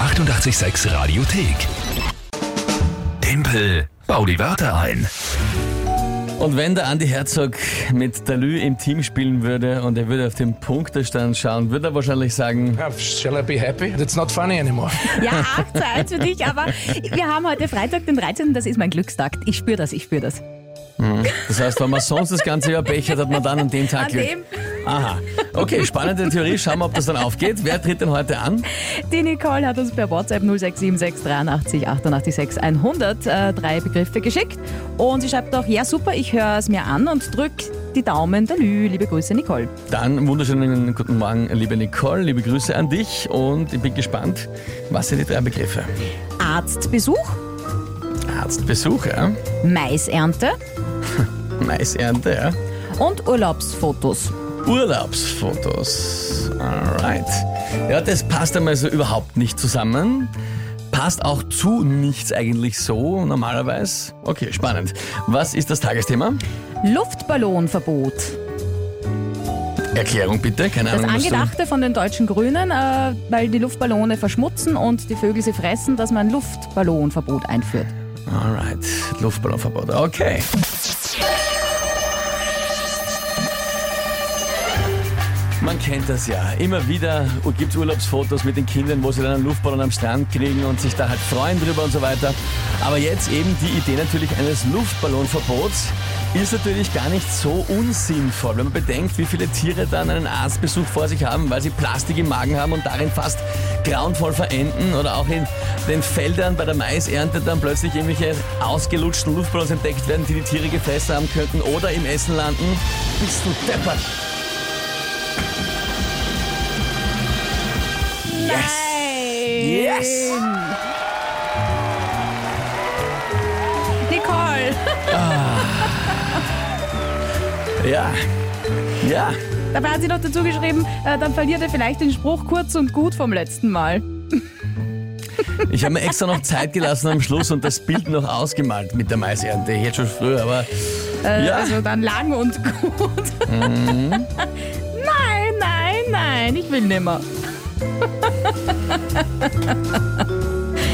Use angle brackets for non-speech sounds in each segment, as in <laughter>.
886 Radiothek. Tempel, bau die Wörter ein. Und wenn der Andi Herzog mit Dalü im Team spielen würde und er würde auf den Punktestand schauen, würde er wahrscheinlich sagen, Ah, Shall I be happy? That's not funny anymore. <laughs> Ja, 8 zu 1 für dich, aber wir haben heute Freitag, den 13. Das ist mein Glückstag. Ich spüre das, ich spüre das. das heißt, wenn man sonst das ganze Jahr Pech hat, hat man dann an dem Tag An Glück. dem, Aha. Okay, spannende Theorie. Schauen wir, ob das dann aufgeht. Wer tritt denn heute an? die Nicole hat uns per WhatsApp 0676 83 88 6 100 äh, drei Begriffe geschickt und sie schreibt auch, ja super, ich höre es mir an und drück die Daumen der Lü. Liebe Grüße, Nicole. Dann wunderschönen guten Morgen, liebe Nicole. Liebe Grüße an dich und ich bin gespannt, was sind die drei Begriffe? Arztbesuch, Arztbesuch, ja? Maisernte Maisernte, ja? und Urlaubsfotos. Urlaubsfotos. Alright. Ja, das passt einmal so überhaupt nicht zusammen. Passt auch zu nichts eigentlich so normalerweise. Okay, spannend. Was ist das Tagesthema? Luftballonverbot. Erklärung bitte, keine Das Ahnung. was du- Angedachte von den deutschen Grünen, äh, weil die Luftballone verschmutzen und die Vögel sie fressen, dass man ein Luftballonverbot einführt. Alright, Luftballonverbot. Okay. Man kennt das ja. Immer wieder gibt es Urlaubsfotos mit den Kindern, wo sie dann einen Luftballon am Strand kriegen und sich da halt freuen drüber und so weiter. Aber jetzt eben die Idee natürlich eines Luftballonverbots ist natürlich gar nicht so unsinnvoll, wenn man bedenkt, wie viele Tiere dann einen Arztbesuch vor sich haben, weil sie Plastik im Magen haben und darin fast grauenvoll verenden oder auch in den Feldern bei der Maisernte dann plötzlich irgendwelche ausgelutschten Luftballons entdeckt werden, die die Tiere gefressen haben könnten oder im Essen landen. Bist du deppert? Yes! Nicole! <laughs> Ja. Ja. Dabei hat sie noch dazu geschrieben, äh, dann verliert er vielleicht den Spruch kurz und gut vom letzten Mal. Ich habe mir extra noch Zeit gelassen am Schluss und das Bild noch ausgemalt mit der Maisernte. Ich hätte schon früher, aber Äh, Ja. Mhm. Also dann lang und gut. <laughs> nein, nein, nein, ich will nimmer.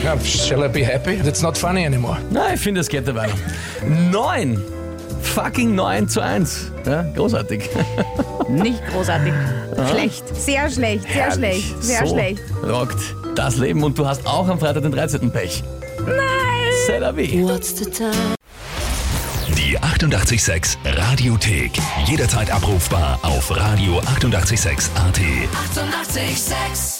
Ah, Shall I be happy? That's not funny anymore. na, ich finde, es geht dabei. Neun. Fucking 9 zu 1. Ja, großartig. Nicht großartig. Schlecht. Sehr schlecht, sehr Herrlich. schlecht, sehr so schlecht. Rockt das Leben und du hast auch am Freitag den 13. Pech. Nein! C'est la vie. What's the time? Die 886 Radiothek. Jederzeit abrufbar auf radio886.at. 886! 886. Eighty-eight, sex.